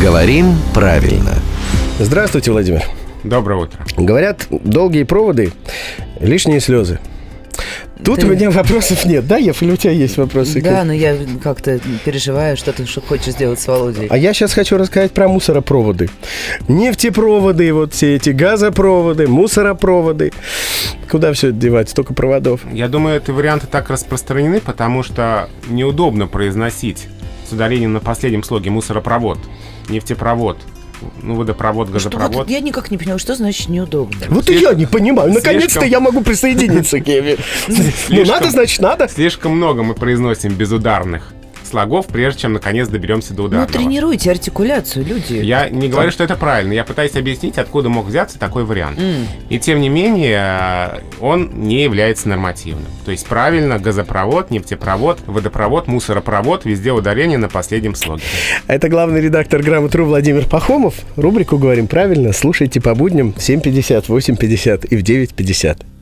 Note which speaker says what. Speaker 1: Говорим правильно.
Speaker 2: Здравствуйте, Владимир.
Speaker 3: Доброе утро.
Speaker 2: Говорят, долгие проводы, лишние слезы. Тут
Speaker 4: Ты-
Speaker 2: у меня вопросов нет, да, Ев? Или у тебя есть вопросы?
Speaker 4: Да, но я как-то переживаю, что ты ш- хочешь сделать с Володей.
Speaker 2: А я сейчас хочу рассказать про мусоропроводы. Нефтепроводы, вот все эти газопроводы, мусоропроводы. Куда все это девать? Столько проводов.
Speaker 3: Я думаю, эти варианты так распространены, потому что неудобно произносить с ударением на последнем слоге мусоропровод, нефтепровод, ну, водопровод,
Speaker 4: Что вот
Speaker 3: газопровод.
Speaker 4: я никак не понимаю, что значит неудобно.
Speaker 2: Вот и я не понимаю. Наконец-то
Speaker 3: слишком-
Speaker 2: я могу присоединиться к Еве. Ну, надо, значит, надо.
Speaker 3: Слишком много мы произносим безударных слогов, прежде чем, наконец, доберемся до
Speaker 4: Ну,
Speaker 3: ударного.
Speaker 4: тренируйте артикуляцию, люди.
Speaker 3: Я не говорю, что это правильно. Я пытаюсь объяснить, откуда мог взяться такой вариант. И тем не менее, э, он не является нормативным. То есть правильно газопровод, нефтепровод, водопровод, мусоропровод, везде ударение на последнем слоге.
Speaker 2: Это главный редактор «Грамотру» Владимир Пахомов. Рубрику «Говорим правильно» слушайте по будням в 7.50, 8.50 и в 9.50.